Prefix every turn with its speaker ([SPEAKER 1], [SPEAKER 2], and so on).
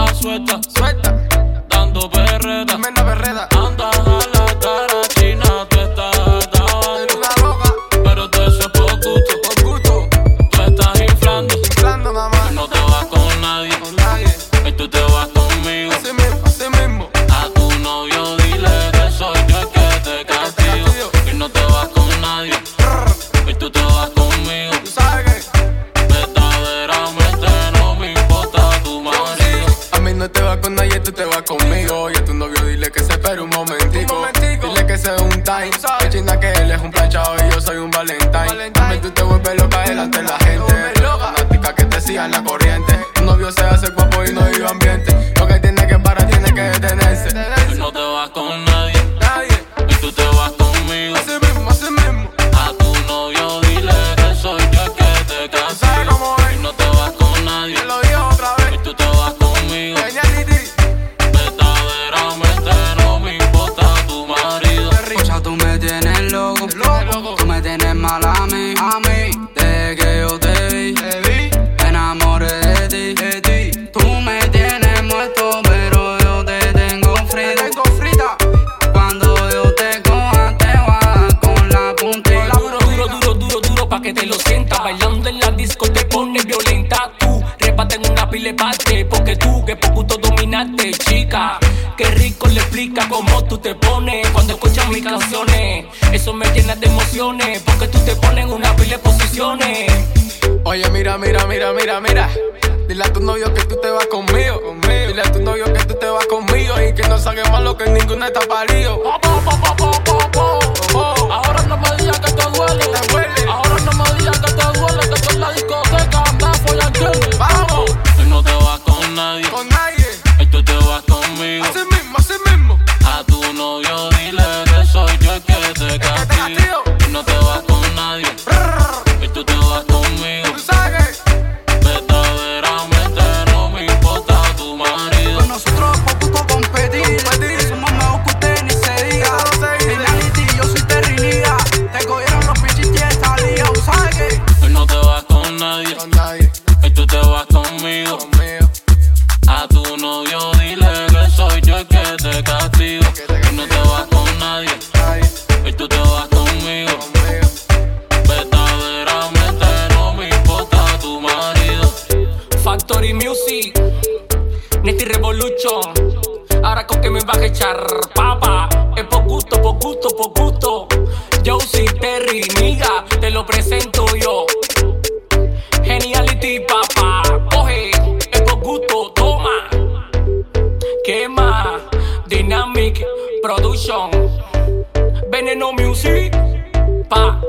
[SPEAKER 1] Pues suelta, suelta, dando perreta,
[SPEAKER 2] Tremenda perreta.
[SPEAKER 1] andas a la taratina, tú estás dando,
[SPEAKER 2] En una roca,
[SPEAKER 1] pero de eso es por gusto,
[SPEAKER 2] por gusto.
[SPEAKER 1] tú estás inflando,
[SPEAKER 2] Inflando, mamá.
[SPEAKER 1] no te vas con nadie,
[SPEAKER 2] Con nadie.
[SPEAKER 1] y tú te vas conmigo,
[SPEAKER 2] Así mismo, así mismo.
[SPEAKER 1] a tu novio dile que soy yo el que te castigo, y no te vas con nadie,
[SPEAKER 2] Brr,
[SPEAKER 1] y tú te vas conmigo,
[SPEAKER 2] Tú sabes que.
[SPEAKER 1] verdaderamente no me importa tu marido.
[SPEAKER 3] A mí no te va con nadie, tú te vas conmigo. Y a tu novio dile que se espere un momentico.
[SPEAKER 2] Un momentico.
[SPEAKER 3] Dile que se un time.
[SPEAKER 2] Sabe.
[SPEAKER 3] Que china que él es un planchado y yo soy un valentine.
[SPEAKER 2] Valentine.
[SPEAKER 3] Mami, tú te vuelves loca delante de la gente.
[SPEAKER 2] vuelves loca.
[SPEAKER 3] Una tica que te siga en la corriente. Tu novio se hace guapo y no vive ambiente. Lo que tiene que parar, tiene que detenerse.
[SPEAKER 1] Tú no te vas con nadie,
[SPEAKER 2] Nadie.
[SPEAKER 1] y tú te vas conmigo.
[SPEAKER 2] Así mismo, así mismo.
[SPEAKER 1] A tu novio dile que soy yo el que te
[SPEAKER 2] Tú sabes
[SPEAKER 1] castigo.
[SPEAKER 2] cómo
[SPEAKER 1] Y
[SPEAKER 2] es.
[SPEAKER 1] no te vas con nadie,
[SPEAKER 2] Te lo digo otra
[SPEAKER 1] y
[SPEAKER 2] vez.
[SPEAKER 1] tú te vas conmigo.
[SPEAKER 2] Geniality.
[SPEAKER 1] Verdaderamente no me importa tu marido.
[SPEAKER 4] Escucha, tú me tienes loco.
[SPEAKER 2] Loco.
[SPEAKER 4] Tú me tienes mal a mí. A mí. Desde que yo te vi,
[SPEAKER 2] Te vi.
[SPEAKER 4] me enamoré de ti. De ti. Tú me tienes muerto, pero yo te tengo
[SPEAKER 2] Te
[SPEAKER 4] frío.
[SPEAKER 2] tengo frita.
[SPEAKER 4] Cuando yo te coja, te voy a dar con la puntita.
[SPEAKER 5] Duro, duro, duro, duro, duro pa' que te lo sienta Bailando en la disco te pones violenta Tú, repate en una pile parte Porque tú, que por gusto dominaste, chica Qué rico le explica cómo tú te pones Cuando escuchas mis canciones Eso me llena de emociones Porque tú te pones en una pile posiciones
[SPEAKER 3] Oye, mira, mira, mira, mira, mira. Dile a tu novio que tú te vas conmigo. Dile a tu novio que tú te vas conmigo. Y que no saque malo que ninguno está parido.
[SPEAKER 5] Po, po, po, po, po, po, po. Ahora no me digas que te duele
[SPEAKER 3] Te duele.
[SPEAKER 5] Ahora no me digas que te duele Que estoy en la discoteca, anda follando
[SPEAKER 2] Vamos.
[SPEAKER 1] Y no te vas con nadie,
[SPEAKER 2] Con nadie.
[SPEAKER 1] y tú te vas conmigo.
[SPEAKER 2] Así mismo, así mismo.
[SPEAKER 1] A tu novio dile que soy yo el que te castigo.
[SPEAKER 2] castigo.
[SPEAKER 1] Y no te vas con nadie,
[SPEAKER 2] Brr,
[SPEAKER 1] y tú te vas conmigo.
[SPEAKER 2] Tú sabes que.
[SPEAKER 1] Verdaderamente no me importa tu marido.
[SPEAKER 4] Con nosotros por gusto competir.
[SPEAKER 2] Competir.
[SPEAKER 4] Somos mejor que usted ni se diga.
[SPEAKER 2] Ya lo sé.
[SPEAKER 4] Geniality, yo soy terrinía. Te cogieron los pichis y esta lía. ¿Sabes qué?
[SPEAKER 1] Y no te vas con nadie,
[SPEAKER 3] Con nadie,
[SPEAKER 1] y tú te vas conmigo.
[SPEAKER 3] conmigo.
[SPEAKER 1] A tu novio dile que soy yo el que te castigo. Y no te vas con nadie,
[SPEAKER 3] Nadie,
[SPEAKER 1] y tú te vas conmigo.
[SPEAKER 3] conmigo.
[SPEAKER 1] Verdaderamente no me importa tu marido.
[SPEAKER 5] Factory Music, Nesty Revolution. Ahora con que me vas a echar papa. Es por gusto, por gusto, por gusto. Yo soy Terry, niga, te lo presento yo. Geniality, papá. Coge, es por gusto, toma. Quema, Dynamic Production. Veneno Music, pa.